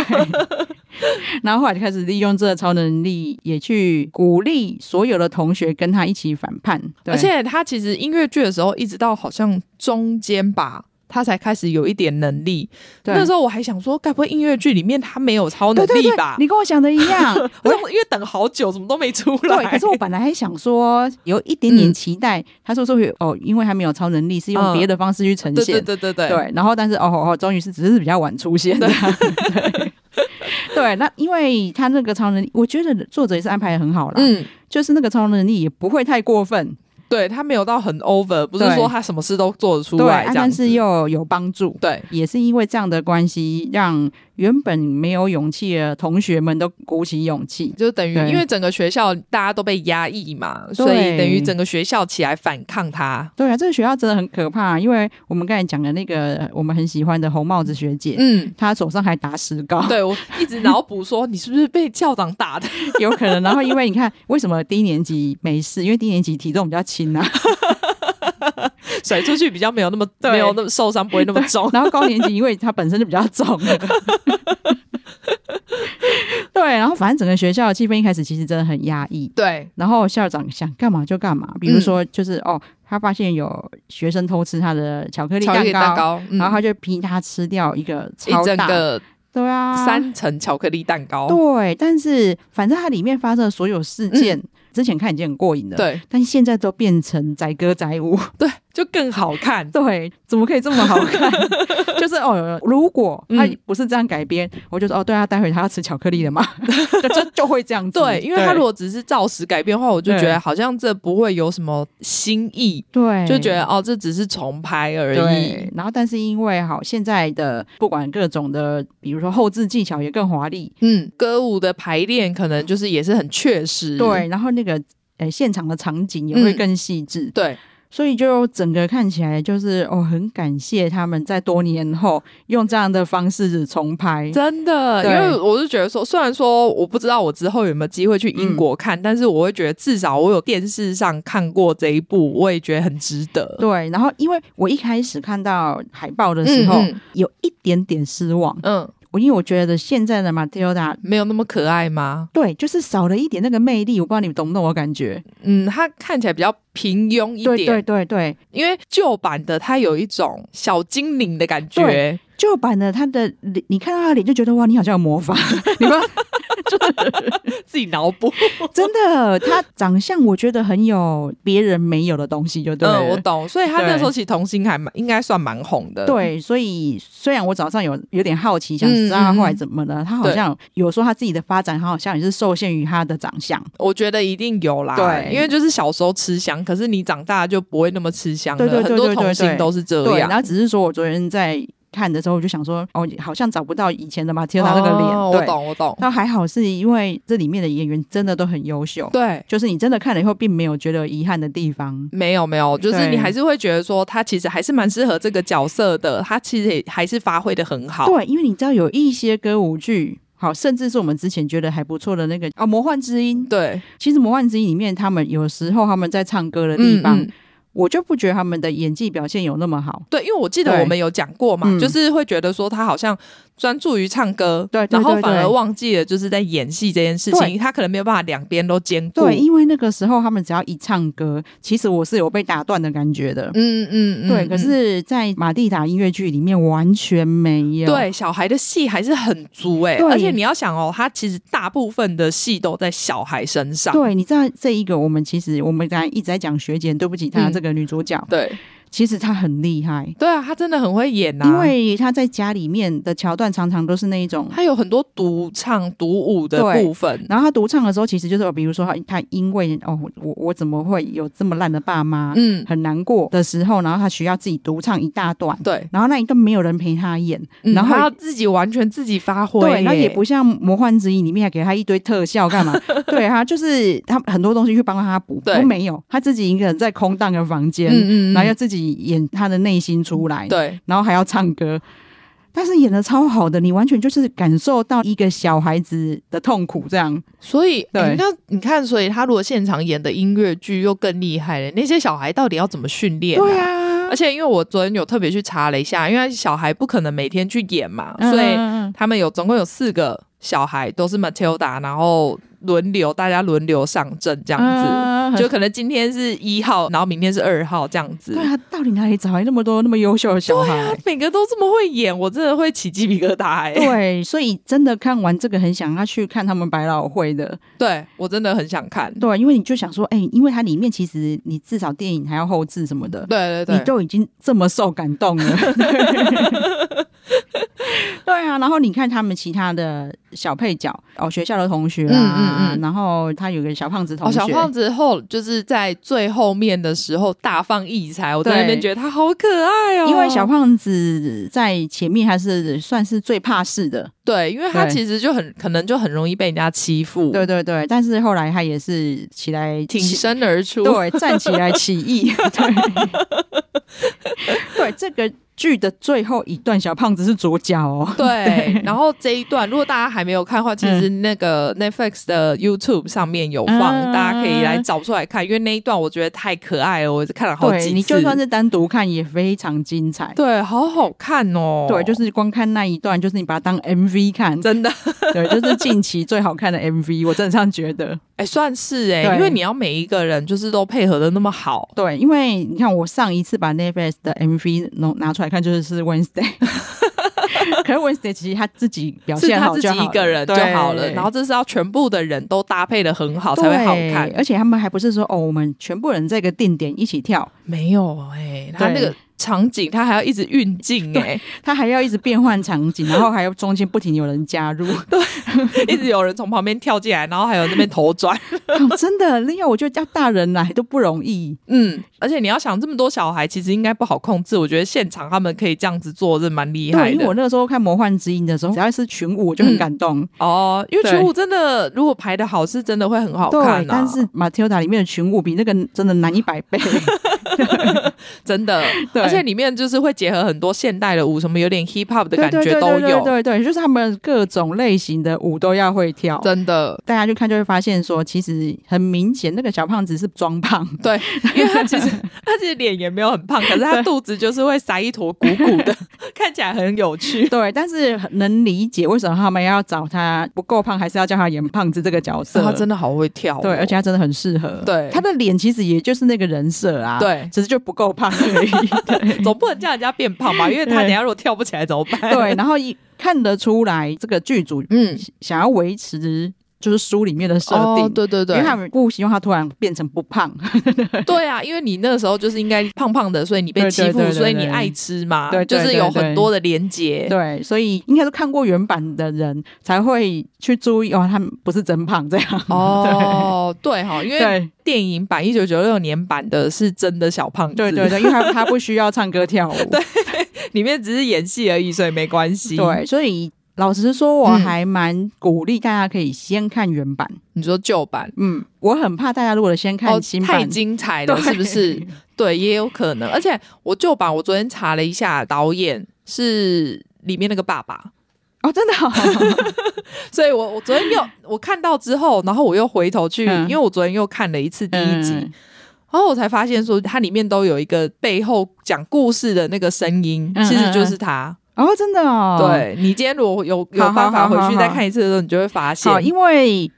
S2: 然后后来就开始利用这个超能力，也去鼓励所有的同学跟他一起反叛。对
S1: 而且他其实音乐剧的时候，一直到好像中间吧。他才开始有一点能力，
S2: 对
S1: 那时候我还想说，该不会音乐剧里面他没有超
S2: 对
S1: 能
S2: 对
S1: 力
S2: 对
S1: 吧，？
S2: 你跟我想的一 样。
S1: 我想因为等好久，怎么都没出来。
S2: 对，可是我本来还想说有一点点
S1: 嗯
S2: 期待，他说说会哦，因为他没有超能力，是用
S1: 嗯
S2: 别的方式去呈
S1: 对
S2: 现。
S1: 对对对对，
S2: 对，然后但是哦哦，终于是只是比较晚出现的。对对，那因为他那个超能力，我觉得作者也是安排的很好啦，
S1: 嗯，
S2: 就是那个超能力也不会太过分，
S1: 对他没有到很 over，不是
S2: 对
S1: 说他什么事都做得出
S2: 对，
S1: 来
S2: 啊
S1: 这样
S2: 但
S1: 子。
S2: 是又有帮助。
S1: 对
S2: 也是因为这样的关系，让原本没有勇气的同学们都鼓起勇气。
S1: 就等于
S2: 对
S1: 因为整个学校大家都被压抑嘛，所以等于整个学校起来反抗他。
S2: 对啊，这个学校真的很可怕，啊因为我们刚才讲的那个呃我们很喜欢的红帽子学姐，
S1: 嗯，
S2: 她手上还打石膏，
S1: 对我一直脑补说你是不是被校长打的？
S2: 有可能。然后因为你看，为什么低年级没事？因为低年级体重比较轻啊，
S1: 甩出去比较没有那么
S2: 对
S1: 没有那么受伤，不会那么重。
S2: 然后高年级因为她本身就比较重了。 对，然后反正整个学校的气氛一开始其实真的很压抑，
S1: 对，
S2: 然后校长想干嘛就干嘛，比如
S1: 嗯
S2: 说就是、哦，他发现有学生偷吃他的巧克力
S1: 巧克
S2: 蛋
S1: 力
S2: 糕，
S1: 蛋糕，嗯
S2: 然后他就逼他吃掉一个
S1: 一
S2: 超
S1: 整
S2: 大，
S1: 个
S2: 对啊，
S1: 三层巧克力蛋糕。
S2: 对，但是反正它里面发生的所有事件，之前看已经很过瘾了，，
S1: 嗯对
S2: 但现在都变成载歌载舞，
S1: 对，就更好看。
S2: 对，怎么可以这么好 看？就是哦，如果他
S1: 嗯
S2: 不是这样改编，我就说哦，对啊，待会他要吃巧克力了嘛， 就就就会这样子，
S1: 对，因为他如果只是照实改变的话，我就觉
S2: 对
S1: 得好像这不会有什么新意，
S2: 对
S1: 就觉得哦，这只是重拍而
S2: 对
S1: 已。，
S2: 然后但是因为好现在的不管各种的，比如说后置技巧也更华丽，
S1: 嗯，歌舞的排练可能就是也是很确实。
S2: 对，然后那个呃现场的场景也会
S1: 嗯
S2: 更细致，
S1: 对
S2: 所以就整个看起来就是哦，很感谢他们在多年后用这样的方式重拍，
S1: 真的，因
S2: 对
S1: 为我是觉得说，虽然说我不知道我之后有没有机会去英国看，
S2: 嗯
S1: 但是我会觉得至少我有电视上看过这一部，我也觉得很值得。
S2: 对，然后因为我一开始看到海报的时候，
S1: 嗯嗯
S2: 有一点点失望，
S1: 嗯，
S2: 我因为我觉得现在的马蒂欧达。
S1: 没有那么可爱吗？
S2: 对，就是少了一点那个魅力，我不知道你们懂不懂我感觉。
S1: 嗯，它看起来比较平庸一点，
S2: 对对对对，
S1: 因为旧版的它有一种小精灵的感觉
S2: 对，旧版的他的脸，你看到他的脸就觉得哇，你好像有魔法，你不知道
S1: 自己脑补。
S2: 真的，他长相我觉得很有别人没有的东西， 就对了。
S1: 嗯，我懂。所以他那
S2: 对
S1: 时候其实童星还蛮应该算蛮红的。，
S2: 对，所以虽然我早上有有点好奇，想
S1: 嗯
S2: 知道他后来
S1: 嗯嗯
S2: 怎么了，他好像有说他自己的发展，他好像也是受限于他的长相。
S1: 我觉得一定有啦。
S2: 对
S1: 因为就是小时候吃香，可是你长大就不会那么吃香了。
S2: 对对对
S1: 很
S2: 对
S1: 多
S2: 对
S1: 童星
S2: 对
S1: 都是这
S2: 对，
S1: 样
S2: 然。后只是说我昨天在看的时候，我就想说，哦，好像找不到以前的马蒂尔达那个脸。
S1: 哦
S2: 对
S1: 我。懂，我懂。
S2: 但还好是因为这里面的演员真的都很优秀，
S1: 对，
S2: 就是你真的看了以后，并没有觉得有遗憾的地方。
S1: 没有没有，就是
S2: 对
S1: 你还是会觉得说他其实还是蛮适合这个角色的，他其实也还是发挥的很好。
S2: 对，因为你知道有一些歌舞剧。好，甚至是我们之前觉得还不错的那个啊，魔幻之音》。
S1: 对，
S2: 其实《魔幻之音》里面，他们有时候他们在唱歌的地
S1: 嗯
S2: 方，
S1: 嗯，哦
S2: 我就不觉得他们的演技表现有那么好。
S1: 对，因为我记得
S2: 对
S1: 我们有讲过嘛，
S2: 嗯
S1: 就是会觉得说他好像专注于唱歌，
S2: 对对
S1: 然后
S2: 对
S1: 反而
S2: 对
S1: 忘记了就是在演戏这件事情，
S2: 对
S1: 他可能没有办法两边都兼顾。
S2: 对，因为那个时候他们只要一唱歌，其实我是有被打断的感觉的。
S1: 嗯嗯嗯，
S2: 对，
S1: 嗯
S2: 可是，在马蒂达音乐剧里面完全没有。
S1: 嗯对小孩的戏还是很足哎、
S2: 对
S1: 而且你要想哦，他其实大部分的戏都在小孩身上。
S2: 对，你知道这一个，我们其实我们刚才一直在讲学姐，对不起她
S1: 嗯
S2: 这个女主角，
S1: 对
S2: 其实她很厉害，
S1: 对啊，他真的很会演啊呐、
S2: 因为她在家里面的桥段常常都是那一种。
S1: 他有很多独唱独舞的
S2: 对
S1: 部分。
S2: 然后她独唱的时候，其实就是哦比如说她她因为哦，我我怎么会有这么烂的爸妈，
S1: 嗯，
S2: 很难过的时候，然后她需要自己独唱一大段，
S1: 对，
S2: 然后那一个没有人陪她演，
S1: 嗯
S2: 然后
S1: 他要自己完全自己发挥耶，
S2: 对，然后也不像《魔幻之翼》里面还给他一堆特效干 嘛？对他就是他很多东西去帮他补，
S1: 对
S2: 都没有，他自己一个人在空荡的房间，
S1: 嗯嗯嗯，
S2: 然后要自己演他的内心出来，，
S1: 对
S2: 然后还要唱歌。但是演的超好的，你完全就是感受到一个小孩子的痛苦，这样
S1: 所以，
S2: 对
S1: 哎那你看，所以他如果现场演的音乐剧又更厉害了，那些小孩到底要怎么训练、
S2: 对
S1: 啊。
S2: 啊，
S1: 而且，因为我昨天有特别去查了一下，因为小孩不可能每天去演嘛，所以
S2: 嗯
S1: 他们有总共有四个小孩都是 Matilda，然后轮流大家轮流上阵这样子，
S2: 嗯
S1: 就可能今天是一号，然后明天是二号这样子。
S2: 对啊，到底哪里找来那么多那么优秀的小孩？
S1: 每个都这么会演，我真的会起鸡皮疙瘩哎、
S2: 对，所以真的看完这个，很想要去看他们百老汇的。
S1: 对我真的很想看。
S2: 对，因为你就想说，哎、因为它里面其实你至少电影还要后置什么的，
S1: 对对
S2: 你
S1: 对，
S2: 都已经这么受感动了。对啊，然后你看他们其他的小配角哦，学校的同学啊，
S1: 嗯嗯嗯
S2: 然后他有个小胖子同
S1: 哦，
S2: 学，
S1: 小胖子后就是在最后面的时候大放异彩，我在那边
S2: 对
S1: 觉得他好可爱哦。
S2: 因为小胖子在前面还是算是最怕事的，
S1: 对，因为他
S2: 对
S1: 其实就很可能就很容易被人家欺负，
S2: 对，对对，但是后来他也是起来
S1: 挺
S2: 起
S1: 身而出。
S2: 对，站起来起义。 对， 对，这个剧的最后一段，小胖子是左脚哦。
S1: 对，然后这一段如果大家还没有看的话，其实那个 Netflix 的 YouTube 上面有放，
S2: 啊
S1: 大家可以来找出来看，因为那一段我觉得太可爱了，我看 了好
S2: 对，
S1: 几次。
S2: 你就算是单独看也非常精彩。
S1: 对，好好看哦。
S2: 对，就是光看那一段，就是你把它当 MV 看，
S1: 真的，
S2: 对，就是近期最好看的 MV，我真的这样觉得。
S1: 哎、算是哎、
S2: 对
S1: 因为你要每一个人就是都配合的那么好，
S2: 对，因为你看，我上一次把 Netflix 的 MV 弄拿出来看，就是是 Wednesday。可是 Wednesday 其实他自己表
S1: 是
S2: 现
S1: 他
S2: 好
S1: 自
S2: 就
S1: 己
S2: 好了，
S1: 一个人就
S2: 对
S1: 好了，然后这是要全部的人都搭配的很好才会好
S2: 对
S1: 看。
S2: 而且他们还不是说哦，我们全部人在一个定点一起跳，
S1: 没有哎、他那
S2: 对
S1: 个场景他还要一直运镜哎，
S2: 他还要一直变换场景，然后还要中间不停有人加入，
S1: 一直有人从旁边跳进来，然后还有那边头 转，
S2: 哦真的，另外我觉得叫大人来都不容易。
S1: 嗯，而且你要想这么多小孩，其实应该不好控制。我觉得现场他们可以这样子做，真的蛮厉
S2: 对，
S1: 害
S2: 因为我那
S1: 的
S2: 个时候看《魔幻之音》的时候，只要是群舞，我就很感动。
S1: 哦。因为
S2: 对
S1: 群舞真的如果排的好，是真的会很好
S2: 对，
S1: 看、啊。
S2: 但是《Matilda》里面的群舞比那个真的难一百倍。
S1: 真的，
S2: 对
S1: 而且里面就是会结合很多现代的舞，什么有点 hip hop 的
S2: 对
S1: 感
S2: 对
S1: 觉
S2: 对
S1: 都
S2: 对对
S1: 有，
S2: 对对，就是他们各种类型的舞都要会跳。
S1: 真的。
S2: 大家去看就会发现说其实很明显，那个小胖子是装胖。
S1: 对，因为他 其实他其实脸也没有很胖，可是他肚子就是会塞一坨鼓鼓 的，看起来很有趣。
S2: 对，但是很能理解为什么他们要找他不够胖，还是要叫他演胖子这个角色。
S1: 他真的好会跳哦、
S2: 对，而且他真的很适合。
S1: 对
S2: 他的脸其实也就是那个人设啊，
S1: 对
S2: 只是就不够够胖 而已。对
S1: 总不能叫人家变胖 吧？因为他
S2: 对
S1: 等一下如果跳不起来怎么办？
S2: 对，，然后一看得出来，这个剧组
S1: 嗯，
S2: 想要维持就是书里面的 设定。
S1: 哦，对对
S2: 因
S1: 对
S2: 为，他们不希望他突然变成不胖，
S1: 对啊，因为你那个时候就是应该胖胖的，所以你被
S2: 对
S1: 欺
S2: 对
S1: 负
S2: 对，对
S1: 所以你
S2: 对
S1: 爱吃嘛，
S2: 对对
S1: 就是
S2: 对
S1: 有
S2: 对
S1: 很多的连结。
S2: 对，所以应该是看过原版的人才会去注意哦，他们不是真胖这样。
S1: 哦，对哈，因为
S2: 对
S1: 电影版一九九六年版的是真的小胖子，
S2: 对对对，因为他他不需要唱歌跳舞，对
S1: 里面只是演戏而已，所以没关系。，
S2: 所以老实说，我
S1: 嗯
S2: 还蛮鼓励大家可以先看原版。
S1: 你说旧版
S2: 嗯，我很怕大家如果先
S1: 哦
S2: 看新，版，
S1: 太精彩了，
S2: 对
S1: 是不是？？对，也有可能。而且我旧版，我昨天查了一下，导演是里面那个爸爸，
S2: 哦，真的 哦、
S1: 所以我我昨天 又我看到之后，然后我又回头去，
S2: 嗯
S1: 因为我昨天又看了一次第一集，
S2: 嗯
S1: 然后我才发现说它里面都有一个背后讲故事的那个声音，
S2: 嗯
S1: 其实就是他。
S2: 哦，真的哦，。
S1: 对你今天如果有有
S2: 好好
S1: 办法
S2: 好
S1: 回
S2: 好
S1: 去
S2: 好
S1: 再看一次的时候，你就会发现
S2: 好，，因为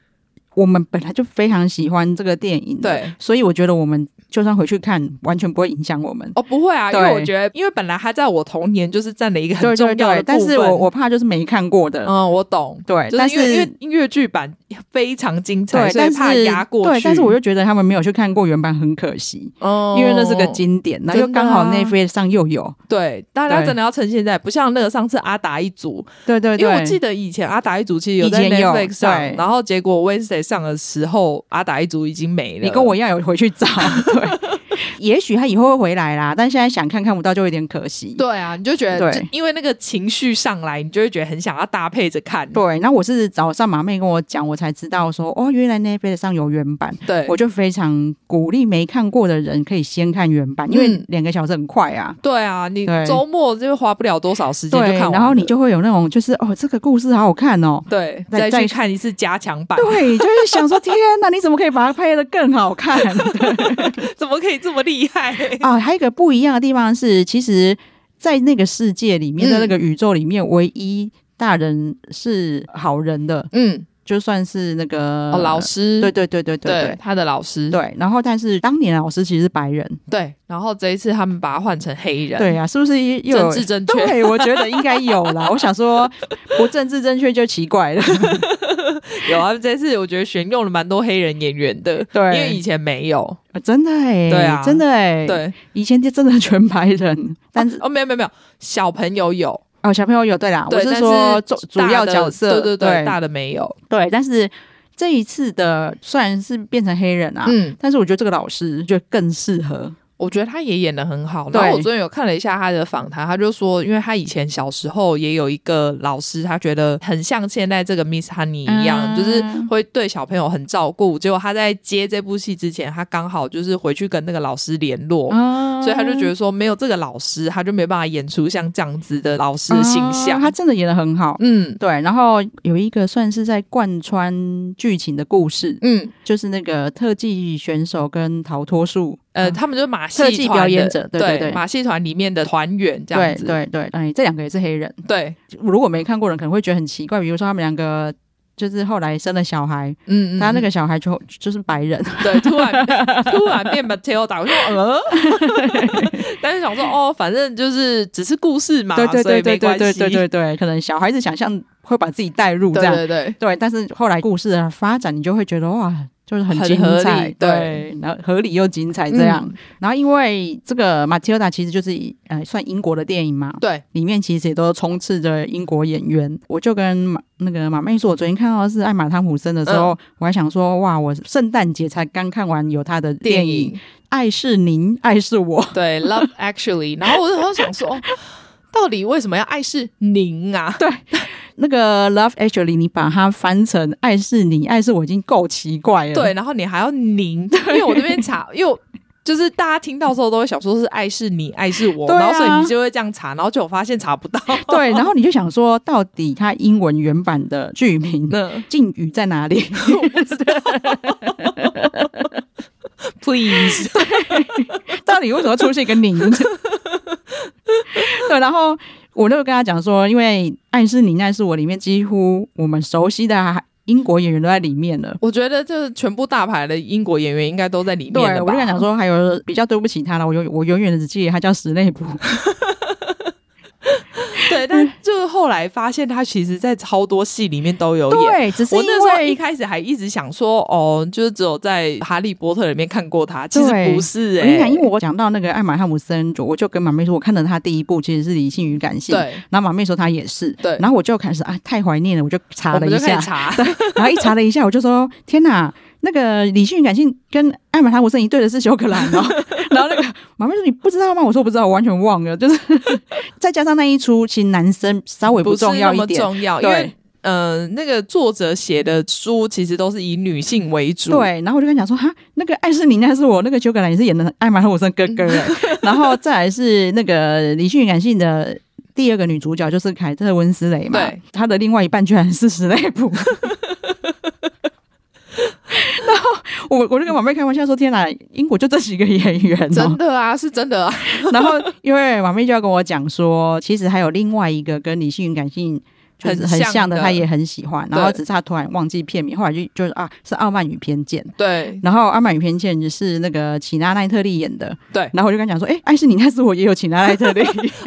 S2: 我们本来就非常喜欢这个电影，
S1: 对，
S2: 所以我觉得我们就算回去看，完全不会影响我们。
S1: 哦，不会啊，因为
S2: 对
S1: 我觉得，因为本来他在我童年就是占了一个很
S2: 对
S1: 重
S2: 对
S1: 要的
S2: 对，但是
S1: 部分
S2: 我我怕就是没看过的，
S1: 嗯，我懂，
S2: 对，
S1: 就
S2: 但
S1: 是因为因为音乐剧版非常精彩，
S2: 对，
S1: 所以
S2: 但
S1: 怕
S2: 是
S1: 压过去。
S2: 对，但是我又觉得他们没有去看过原版很可惜，
S1: 哦
S2: 因为那是个经典，那又
S1: 真的啊
S2: 刚好 Netflix 上又有，
S1: 对，大家
S2: 对
S1: 真的要趁现在，不像那个上次阿达一族，
S2: 对对对，
S1: 因为我记得以前阿达一族其实有
S2: 以
S1: 在
S2: 前有
S1: Netflix 上，
S2: 对
S1: 然后结果 Wednesday 上的时候，阿达一族已经没了。
S2: 你跟我一样有回去 找，对，也许他以后会回来啦，但现在想看看不到就有点可惜。
S1: 对啊，你就觉得
S2: 对
S1: 就因为那个情绪上来，你就会觉得很想要搭配着看。
S2: 对，那我是早上马妹跟我讲，我才知道说哦，原来 Netflix 上有原版，
S1: 对
S2: 我就非常鼓励没看过的人可以先看原版，因为
S1: 嗯
S2: 两个小时很快啊。
S1: 对啊，你
S2: 对
S1: 周末就花不了多少时间就
S2: 对，
S1: 看完了，
S2: 然后你就会有那种就是哦，这个故事好好看哦，
S1: 对，
S2: 再
S1: 再去
S2: 再
S1: 看一次加强版，
S2: 对，就是想说，天哪，你怎么可以把它拍得更好 看？
S1: 怎么可以这么厉 害？
S2: 啊，还有一个不一样的地方是，其实，在那个世界里面，
S1: 嗯
S2: 在那个宇宙里面，唯一大人是好人的，
S1: 嗯，
S2: 就算是那个、
S1: 哦，老，师，
S2: 对对对对对
S1: 对
S2: 对
S1: 他的老师，
S2: 对。然后，但是当年的老师其实是白人，
S1: 对然后这一次他们把他换成黑人，
S2: 对，啊，是不是又
S1: 政
S2: 有？
S1: 治正确，
S2: 对，我觉得应该有啦。我想说，不政治正确就奇怪了。
S1: 有啊，这次我觉得选用了蛮多黑人演员的，
S2: 对
S1: 因为以前没有，
S2: 啊真的哎、
S1: 对啊
S2: 真的哎、，
S1: 对，
S2: 以前就真的全白人，但是
S1: 哦，没有没有没有，小朋友有，
S2: 哦，小朋友有对啦，
S1: 对
S2: 我
S1: 但
S2: 说
S1: 是
S2: 主主
S1: 大
S2: 要
S1: 的
S2: 角色，
S1: 对对
S2: 对
S1: 大的没有，
S2: 对但是这一次的虽然是变成黑人啊，
S1: 嗯，
S2: 但是我觉得这个老师就更适合，
S1: 我觉得他也演的很好。
S2: 对
S1: 然后我昨天有看了一下他的访谈，他就说，因为他以前小时候也有一个老师，他觉得很像现在这个 Miss Honey 一样，
S2: 嗯
S1: 就是会对小朋友很照顾。结果他在接这部戏之前，他刚好就是回去跟那个老师联络。
S2: 啊
S1: 所以他就觉得说，没有这个老师，他就没办法演出像这样子的老师的形象。
S2: 啊他真的演的很好。
S1: 嗯
S2: 对，然后有一个算是在贯穿剧情的故事，
S1: 嗯
S2: 就是那个特技选手跟逃脱术，
S1: 呃，
S2: 啊
S1: 他们就是马戏
S2: 特技
S1: 团的
S2: 表演者对对对
S1: 马戏团里面的团员这样
S2: 对
S1: 子。
S2: 对对，哎，这两个也是黑人。
S1: 对
S2: 如果没看过的人可能会觉得很奇怪，比如说他们两个就是后来生了小孩，
S1: 嗯嗯，
S2: 他那
S1: 个
S2: 个小孩就就是白人，
S1: 对，突然突然变 Matilda，我说呃， 但是想说哦，反正就是只是故事嘛，
S2: 对对
S1: 所以
S2: 对
S1: 没
S2: 对
S1: 关
S2: 对
S1: 系
S2: 对对对对，可能小孩子想象会把自己带入这样，
S1: 对对
S2: 对但是后来故事的发展，你就会觉得哇，就是很
S1: 很
S2: 精
S1: 合
S2: 彩，
S1: 理
S2: 对，然后合理又精彩这样。
S1: 嗯
S2: 然后因为这个《马蒂尔达》其实就是呃算英国的电影嘛，
S1: 对，
S2: 里面其实也都充斥着英国演员。我就跟马那个马妹说，我昨天看到的是艾玛汤普森的时候，我还想说哇，我圣诞节才刚看完有他的电
S1: 电
S2: 影《
S1: 影
S2: 爱是您，爱是我》。
S1: 对 Love Actually，然后我就想说，哦到底为什么要爱是您啊？
S2: 那个 Love Actually，你把它翻成“爱是你，爱是我”已经够奇怪了。
S1: 对，然后你还要您，因为我这边查，因为我就是大家听到之后都会想说是爱是你，爱是我，
S2: 对啊
S1: 然后所以你就会这样查，然后就发现查 不到。
S2: 对，然后你就想说，到底它英文原版的剧名
S1: 那
S2: 敬语在哪里？
S1: 我不知道，please，
S2: 到底为什么出现一个“您”？ 对，然后我就跟他讲说，因为《爱是你，爱是我》里面几乎我们熟悉的英国演员都在里面了。
S1: 我觉得就是全部大牌的英国演员应该都在里面
S2: 对，
S1: 了吧
S2: 我就跟他讲，说，还有比较对不起他了，我永我永远只记得他叫史内普。
S1: 哦对，但就是后来发现他其实，在超多戏里面都有演。
S2: 对，只是
S1: 我
S2: 因
S1: 那时候一
S2: 为
S1: 开始还一直想说，哦，就是只有在《哈利波特》里面看过他，其实
S2: 对
S1: 不是
S2: 我
S1: 哎、
S2: 跟你讲，因为我讲到那个艾玛汉姆森佐，我就跟马妹说，我看了他第一部其实是《理性与感性》，
S1: 对，
S2: 然后马妹说她也是，
S1: 对
S2: 然后我就开始啊太怀念了，我就查
S1: 我
S2: 了
S1: 们
S2: 一
S1: 就可以
S2: 下，
S1: 查，
S2: 然后一查了一下，我就说天哪，那个理性与感性跟艾玛·汤姆森一对的是休格兰哦。 然后那个马妹说你不知道吗？我说我不知道，我完全忘了。就是再加上那一出，其实男生稍微
S1: 不是
S2: 重要
S1: 那
S2: 一
S1: 么
S2: 点，
S1: 重要，因为
S2: 对。
S1: 呃，那个作者写的书其实都是以女性为主，，
S2: 对，然后我就跟他讲说，哈，那个艾诗妮那是我，那个休格兰也是演的艾玛·汤姆森哥哥哎，
S1: 嗯
S2: 然后再来是那个理性与感性的第二个女主角就是凯特温斯雷嘛
S1: 对，
S2: 她的另外一半居然是史内普。 然后我我就跟马妹开玩笑说：“天哪，英国就这几个演员
S1: 真
S2: 哦。
S1: 的啊，是真的啊，”
S2: 然后因为马妹就要跟我讲说，其实还有另外一个跟理性与感性就是很
S1: 很像
S2: 像的，
S1: 的
S2: 她也很喜欢。然后只
S1: 对
S2: 是她突然忘记片名，后来就就是啊，是《傲慢与偏见》。
S1: 对
S2: 然后《阿满与偏见》是那个齐娜奈特利演的，
S1: 对
S2: 然后我就跟他讲说，哎、艾是你，那是我也有齐娜奈特 利，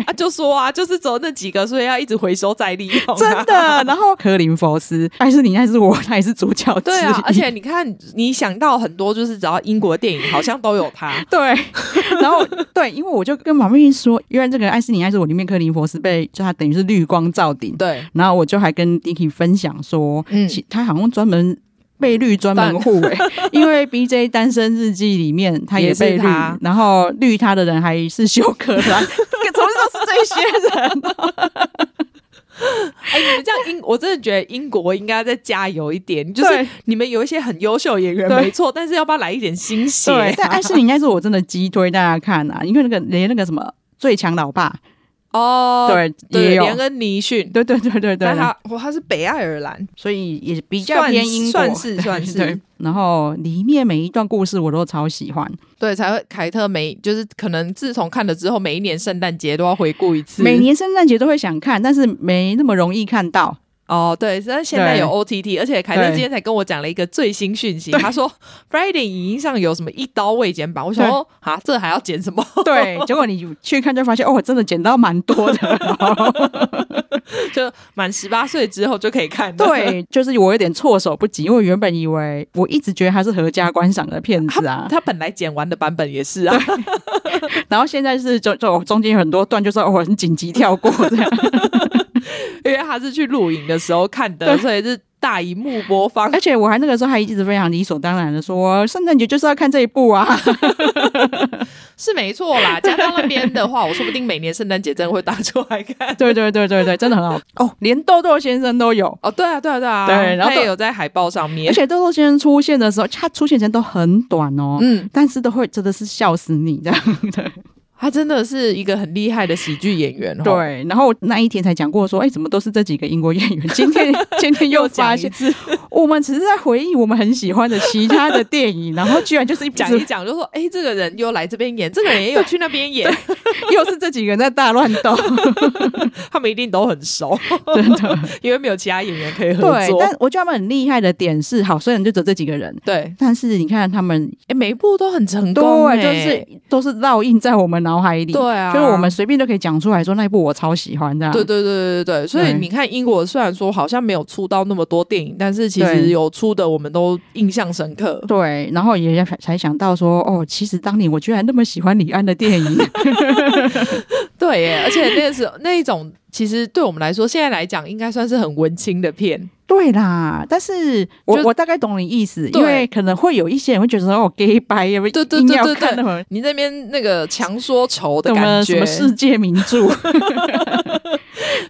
S1: 啊，就说啊，就是只有那几个，所以要一直回收再利用、
S2: 真的。。然后科林佛斯，艾是你，那是我，他也是主角之一。。
S1: 对啊，而且你看，你想到很多，就是只要英国电影好像都有他
S2: 对，然后对，因为我就跟马妹说，因为这个《艾斯尼艾是我》里面科林佛斯被就他等于是绿光照顶，
S1: 对，
S2: 然后我就还跟 Dicky 分享说，
S1: 嗯
S2: 其他好像专门被绿专门 护诶、因为 BJ 单身日记里面他
S1: 也是
S2: 被绿
S1: 他，
S2: 然后绿他的人还是休克 兰，怎么都是这些人？
S1: 哎、你们这样英，我真的觉得英国应该再加油一点，就是
S2: 对
S1: 你们有一些很优秀的演员
S2: 对
S1: 没错，但是要不要来一点新血？
S2: 对，但艾斯你应该是我真的激推大家看啊，因为那个连那个什么最强老爸，
S1: 哦，
S2: 对，也
S1: 对，
S2: 有
S1: 连，恩尼逊，
S2: 对对对对对
S1: 但，他我他是北爱尔兰，
S2: 所以也比较偏英国，
S1: 算是
S2: 对
S1: 算是
S2: 对然后里面每一段故事我都超喜欢，
S1: 对，才会凯特每就是可能自从看了之后，每一年圣诞节都要回顾一次。
S2: 每年圣诞节都会想看，但是没那么容易看到。
S1: 哦，对，但现在
S2: 对
S1: 有 OTT，而且凯特
S2: 对
S1: 今天才跟我讲了一个最新讯息，
S2: 对
S1: 他说 Friday 影音上有什么一刀未剪版，我想
S2: 对
S1: 说啊，这还要剪什么？
S2: 对，结果你去看就发现，哦，真的捡到蛮多 的。
S1: 就满十八岁之后就可以看。，
S2: 对，就是我有点措手不及，因为我原本以为我一直觉得它是合家观赏的片子啊，
S1: 他本来剪完的版本也是啊，
S2: 然后现在是就就中间有很多段就是哦我很紧急跳过这样，
S1: 因为他是去录影的时候看的，所以是大荧幕播放。
S2: 而且我还那个时候还一直非常理所当然的说，圣诞节就是要看这一部 啊。
S1: 是没错啦，加到那边的话，我说不定每年圣诞节真的会打出来看。
S2: 对对对对对，真的很好哦，连豆豆先生都有。
S1: 哦，对啊，对啊， 对啊，
S2: 对然后
S1: 他
S2: 都
S1: 也有在海报上
S2: 而
S1: 面，
S2: 且豆豆先生出现的时候，他出现前都很短哦，
S1: 嗯，
S2: 但是都会真的是笑死你这样。对
S1: 他真的是一个很厉害的喜剧演员，哦吼，
S2: 对，然后我那一天才讲过说，哎、怎么都是这几个英国演 员？今天今天又
S1: 讲
S2: 发
S1: 一
S2: 现，我们只是在回忆我们很喜欢的其他的电 影，然后居然就是一
S1: 讲一讲就说，哎、这个人又来这边演，这个人也有去那边演，
S2: 又是这几个人在大乱斗，
S1: 他们一定都很熟，
S2: 真的。
S1: 因为没有其他演员可以合
S2: 对，
S1: 作。
S2: 但我觉得他们很厉害的点是，好，虽然就只有这几个人，
S1: 对，
S2: 但是你看他们，
S1: 哎、每一部都很成功、
S2: 对，
S1: 哎
S2: 就是都是烙印在我们脑海里。
S1: 对啊，
S2: 就是我们。随便都可以讲出来说那一部我超喜欢的，
S1: 对对对对对对，所以
S2: 对
S1: 你看，英国虽然说好像没有出到那么多电影，但是其实
S2: 对
S1: 有出的我们都印象深刻。
S2: 对，然后也才想到说，哦，其实当年我居然那么喜欢李安的电影，
S1: 对耶，而且那个时候那一种，其实对我们来说，现在来讲应该算是很文青的片。
S2: 对啦，但是我
S1: 就
S2: 我大概懂你意思，
S1: 对
S2: 因为可能会有一些人会觉得说哦，gay 白也
S1: 对对
S2: 硬
S1: 对
S2: 要
S1: 对
S2: 看那么
S1: 你那边那个强说愁的
S2: 什么
S1: 感
S2: 什
S1: 觉
S2: 么，世界名 著，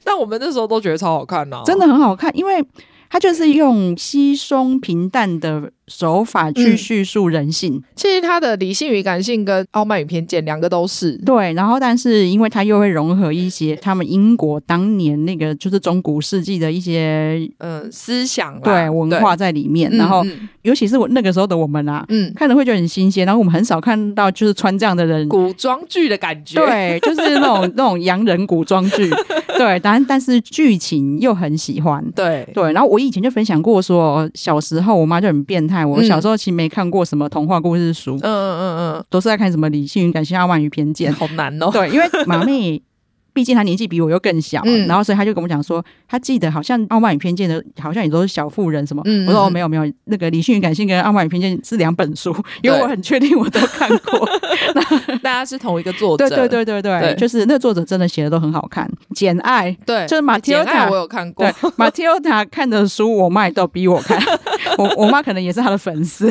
S1: 但我们那时候都觉得超好看啊呢、
S2: 真的很好看，因为它就是用稀松平淡的手法去
S1: 嗯
S2: 叙述人性，
S1: 其实他的理性与感性跟傲慢与偏见两个都是。
S2: 对，然后但是因为它又会融合一些他们英国当年那个就是中古世纪的一些。
S1: 嗯，思想啦
S2: 对文化，在里面，然后
S1: 嗯
S2: 尤其是我那个时候的我们啊，
S1: 嗯嗯
S2: 看了会觉得很新鲜，然后我们很少看到嗯就是穿这样的人，
S1: 古装剧的感觉，
S2: 对，就是那种那种洋人古装剧，对，但但是剧情又很喜欢。
S1: 对，
S2: 对，然后我以前就分享过说，小时候我妈就很变态，我
S1: 嗯
S2: 小时候其实没看过什么童话故事书，
S1: 嗯嗯嗯
S2: 都是在看什么《理性与感性、傲慢与偏见
S1: 嗯，》。好难哦。
S2: 对，因为马妹。毕竟她年纪比我又更小，
S1: 嗯
S2: 然后所以她就跟我讲说，她记得好像《傲慢与偏见》的，好像也都是小妇人什么。
S1: 嗯
S2: 我说哦，
S1: 嗯
S2: 没有没有，那个《理性与感性》跟《傲慢与偏见》是两本书，因为
S1: 对
S2: 我很确定我都看 过。
S1: 大家是同一个作者，
S2: 对对对对对，
S1: 对
S2: 就是那作者真的写的都很好看，《简爱》
S1: 对，
S2: 就是马提
S1: 简
S2: 欧
S1: 爱
S2: 塔
S1: 我有看过
S2: 对，，Matilda 看的书，我妈也都逼我 看，我我妈可能也是她的粉丝，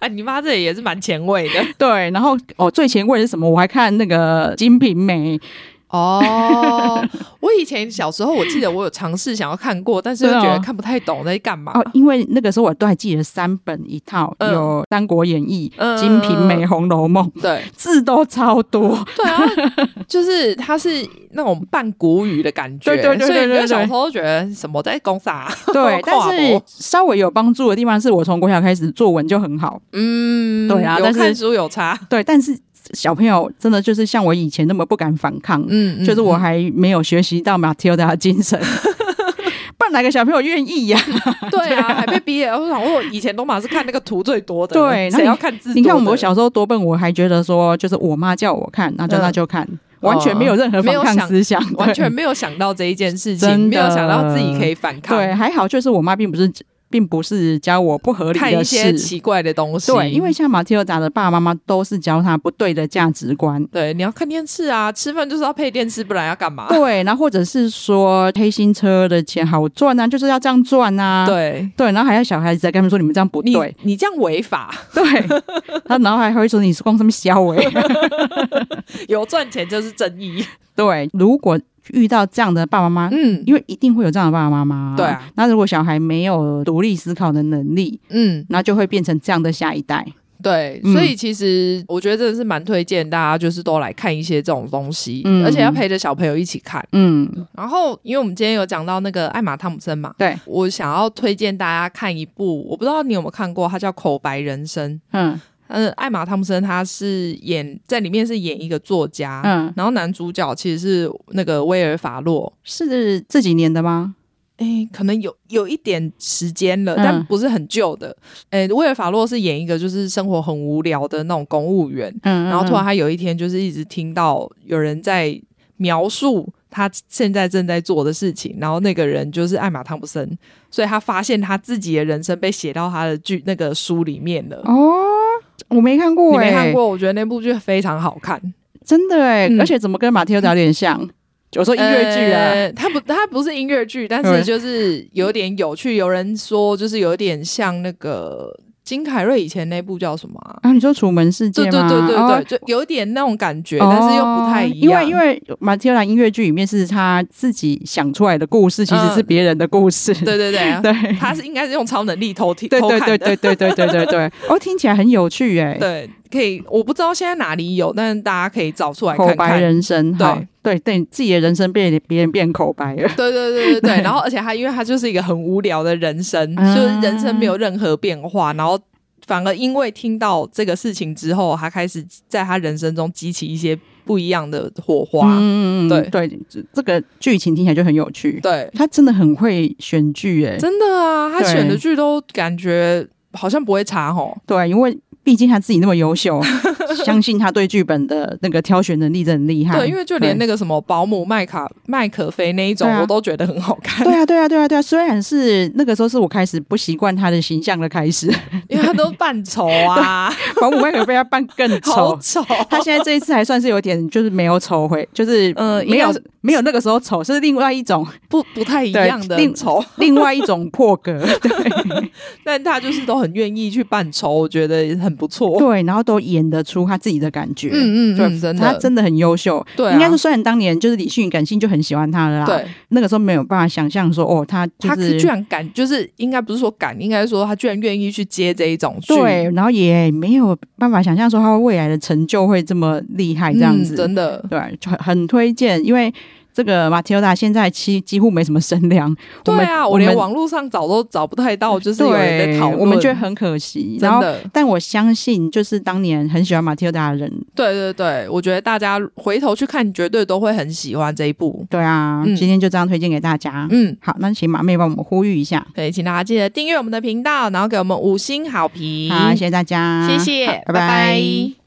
S1: 哎，你妈这也是蛮前卫 的
S2: 对。然后哦，最前卫是什么？我还看那个《金瓶梅》，
S1: 哦。 我以前小时候，我记得我有尝试想要看过，但是又
S2: 对啊
S1: 觉得看不太懂在干嘛。
S2: 哦，因为那个时候我都还记得三本一套，
S1: 嗯
S2: 有《三国演义》
S1: 嗯
S2: 金瓶梅》《红楼梦》，
S1: 对
S2: 字都超 多，
S1: 对啊，就是它是那种半古语的感觉，
S2: 对对对对
S1: 所以你就
S2: 对对
S1: 小时候觉得什么在攻啥？
S2: 对。但
S1: 跨
S2: 是
S1: 国
S2: 稍微有帮助的地方是我从国小开始作文就很好，
S1: 嗯，
S2: 对啊
S1: 有
S2: 但是
S1: 看书有差，
S2: 对。但是小朋友真的就是像我以前那么不敢反抗，
S1: 嗯，
S2: 就是我
S1: 嗯
S2: 还没有学习到 Matilda 的精 神。不然哪个小朋友愿意呀、
S1: 对啊，还被逼了。我想，我以前罗马是看那个图最多的，
S2: 对那
S1: 谁
S2: 你
S1: 要看字多的？
S2: 你看我小时候多笨，我还觉得说，就是我妈叫我看，那就
S1: 嗯哦
S2: 那就看，完全没有任何反抗思想，对
S1: 完全没有想到这一件事
S2: 真
S1: 情，
S2: 的
S1: 没有想到自己可以反抗，
S2: 对。还好，就是我妈并不是并不是教我不合理
S1: 看
S2: 的
S1: 一些
S2: 事，
S1: 奇怪的东西。
S2: 对，因为像马蒂尔达的爸爸妈妈都是教她不对的价值观。
S1: 对你要看电视啊，吃饭就是要配电视，不然要干嘛？
S2: 对，然后或者是说黑心车的钱好赚啊，就是要这样赚啊。
S1: 对，
S2: 对，然后还要小孩子在跟他们说你们这样不
S1: 你
S2: 对，
S1: 你这样违法，
S2: 对，他然后还会说你是光什么消委。
S1: 有赚钱就是正 义。
S2: 对，如果遇到这样的爸爸妈妈，
S1: 嗯
S2: 因为一定会有这样的爸爸妈妈。
S1: 对啊，
S2: 那如果小孩没有独立思考的能力，
S1: 嗯，
S2: 那就会变成这样的下一代。
S1: 对，
S2: 嗯
S1: 所以其实我觉得真的是蛮推荐大家，就是都来看一些这种东西，
S2: 嗯
S1: 而且要陪着小朋友一起看。
S2: 嗯，
S1: 然后，因为我们今天有讲到那个艾玛汤姆森嘛，
S2: 对，
S1: 我想要推荐大家看一部，我不知道你有没有看过，它叫《口白人生》。
S2: 嗯
S1: 嗯，艾玛汤姆森她是演在里面是演一个作家，
S2: 嗯，
S1: 然后男主角其实是那个威尔法洛。
S2: 是这几年的吗？
S1: 诶，可能有有一点时间了，
S2: 嗯
S1: 但不是很旧的。诶，威尔法洛是演一个就是生活很无聊的那种公务员，
S2: 嗯，
S1: 然后突然他有一天就是一直听到有人在描述他现在正在做的事情，然后那个人就是艾玛汤普森，所以他发现他自己的人生被写到他的剧那个书里面了。
S2: 哦，我没看过、
S1: 你
S2: 欸，
S1: 没看，过？我觉得那部剧非常好看。
S2: 真的哎、
S1: 嗯
S2: 而且怎么跟马蒂尔达有点像？我说音乐剧啊。
S1: 呃它不，它不是音乐剧，但是
S2: 对
S1: 就是有点有趣。有人说，就是有点像那个金凯瑞以前那部叫什么啊、
S2: 啊，你说《楚门世界
S1: 对》对
S2: 吗？
S1: 对对对，
S2: 哦
S1: 就有点那种感觉，但是又不太一
S2: 因
S1: 样。
S2: 为因为马蒂尔达音乐剧里面是他自己想出来的故事，其实
S1: 嗯
S2: 是别人的故事。
S1: 对 对对，
S2: 对
S1: 他是应该是用超能力偷听
S2: 对
S1: 偷看
S2: 对
S1: 的。
S2: 对对对对对对对，哦，听起来很有趣哎。
S1: 对，可以，我不知道现在哪里有，但是大家可以找出来
S2: 口
S1: 看
S2: 白
S1: 看。
S2: 人生，
S1: 对
S2: 好对对，自己的人生被别人变口白了。
S1: 对对对对对，
S2: 对
S1: 然后而且他因为他就是一个很无聊的人生，
S2: 啊
S1: 就是人生没有任何变化，然后反而因为听到这个事情之后，他开始在他人生中激起一些不一样的火花。
S2: 嗯嗯嗯
S1: 对
S2: 对，这这个剧情听起来就很有趣。
S1: 对，
S2: 他真的很会选剧哎，
S1: 真的啊，他
S2: 对
S1: 选的剧都感觉好像不会差哦。
S2: 对，啊因为毕竟他自己那么优 秀，相信他对剧本的那个挑选能力真的很厉害。
S1: 对，因为就连那个什么保姆麦卡麦可菲那一种，
S2: 对啊
S1: 我都觉得很好看。
S2: 对啊，对啊，对啊，对啊！虽然是那个时候是我开始不习惯他的形象的开始，
S1: 因为他都扮丑啊，
S2: 保姆麦克被他扮更
S1: 好
S2: 丑。
S1: 丑。
S2: 他现在这一次还算是有点，就是没有丑回，就是
S1: 呃
S2: 没有、
S1: 应该
S2: 没有那个时候丑，是另外一 种
S1: 不不太一
S2: 对
S1: 样的
S2: 另
S1: 丑，
S2: 另外一种破格，对
S1: 但他就是都很愿意去扮丑，我觉得很不错。
S2: 对，然后都演得出他自己的感觉，
S1: 嗯嗯嗯，
S2: 对
S1: 真的，
S2: 他真的很优秀。
S1: 对啊
S2: 应该说虽然当年就是理性与感性就很喜欢他了啦，，
S1: 对，
S2: 那个时候没有办法想象说哦，他啊就
S1: 他
S2: 是
S1: 居然敢，就是应该不是说敢，应该说他居然愿意去接这一种剧，
S2: 对，然后也没有办法想象说他未来的成就会这么厉害
S1: 嗯，
S2: 这样子，
S1: 真的，
S2: 对，就很很推荐，因为。这个马提欧达现在几几乎没什么声量。我
S1: 对
S2: 们
S1: 啊，
S2: 我
S1: 连
S2: 们
S1: 网络上找都找不太到，就是有人在
S2: 对
S1: 讨，论，
S2: 我们觉得很可惜。然
S1: 真
S2: 后，
S1: 的，
S2: 但我相信，就是当年很喜欢马提欧达的人，
S1: 对对对，我觉得大家回头去看，绝对都会很喜欢这一部。
S2: 对啊，
S1: 嗯
S2: 今天就这样推荐给大家。
S1: 嗯，
S2: 好，那请马妹帮我们呼吁一下。
S1: 所以请大家记得订阅我们的频道，然后给我们五星好评。
S2: 好，谢谢大家，
S1: 谢谢，
S2: 好拜
S1: 拜拜